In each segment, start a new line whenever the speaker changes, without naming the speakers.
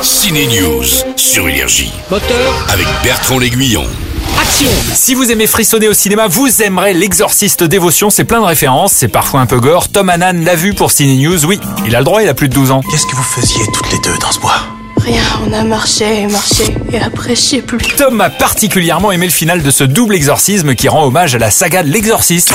Ciné News sur Énergie
Moteur,
avec Bertrand L'Aiguillon.
action
Si vous aimez frissonner au cinéma, vous aimerez L'Exorciste Dévotion. C'est plein de références, c'est parfois un peu gore. Tom Hanan l'a vu pour Ciné News. Oui, il a le droit, il a plus de 12 ans.
Qu'est-ce que vous faisiez toutes les deux dans ce bois
Rien, on a marché et marché, et après je sais plus.
Tom a particulièrement aimé le final de ce double exorcisme qui rend hommage à la saga de l'exorciste.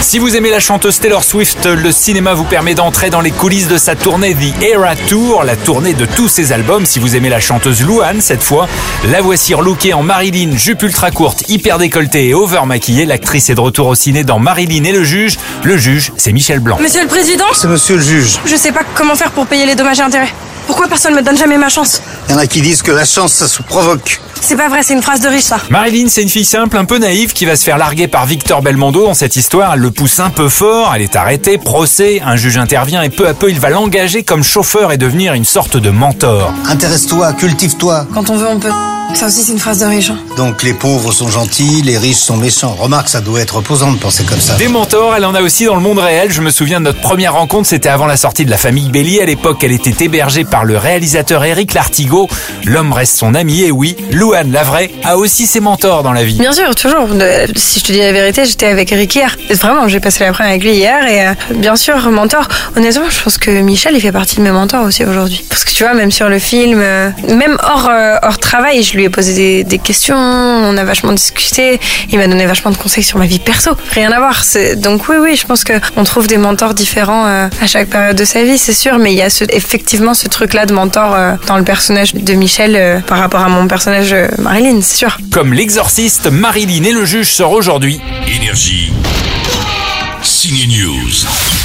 Si vous aimez la chanteuse Taylor Swift, le cinéma vous permet d'entrer dans les coulisses de sa tournée The Era Tour, la tournée de tous ses albums. Si vous aimez la chanteuse Louane, cette fois, la voici relookée en Marilyn, jupe ultra courte, hyper décolletée et over maquillée. L'actrice est de retour au ciné dans Marilyn et le juge. Le juge, c'est Michel Blanc.
Monsieur le Président,
C'est monsieur le juge.
je sais pas comment faire pour payer les dommages et intérêts. Pourquoi personne me donne jamais ma chance
Il y en a qui disent que la chance, ça se provoque.
C'est pas vrai, c'est une phrase de riche ça.
Marilyn, c'est une fille simple, un peu naïve, qui va se faire larguer par Victor Belmondo dans cette histoire. Elle le pousse un peu fort, elle est arrêtée, procès, un juge intervient et peu à peu il va l'engager comme chauffeur et devenir une sorte de mentor.
Intéresse-toi, cultive-toi.
Quand on veut, on peut. Ça aussi, c'est une phrase de riche. hein.
Donc les pauvres sont gentils, les riches sont méchants. Remarque, ça doit être reposant de penser comme ça.
Des mentors, elle en a aussi dans le monde réel. Je me souviens de notre première rencontre, c'était avant la sortie de La Famille Bélier. À l'époque, elle était hébergée par le réalisateur Eric Lartigot. L'homme reste son ami, et oui, Louane, la vraie, a aussi ses mentors dans la vie.
Bien sûr, toujours. Euh, Si je te dis la vérité, j'étais avec Eric hier. Vraiment, j'ai passé l'après avec lui hier et euh, bien sûr, mentor. Honnêtement, je pense que Michel, il fait partie de mes mentors aussi aujourd'hui. Parce que tu vois, même sur le film, euh, même hors, euh, hors travail, je lui ai posé des, des questions, on a vachement discuté, il m'a donné vachement de conseils sur ma vie perso. Rien à voir. C'est- Donc oui, oui, je pense qu'on trouve des mentors différents euh, à chaque période de sa vie, c'est sûr, mais il y a ce- effectivement ce truc-là de mentor euh, dans le personnage de Michel euh, par rapport à mon personnage euh, Marilyn, c'est sûr.
Comme l'exorciste, Marilyn et le juge sort aujourd'hui
Énergie. Ciné News.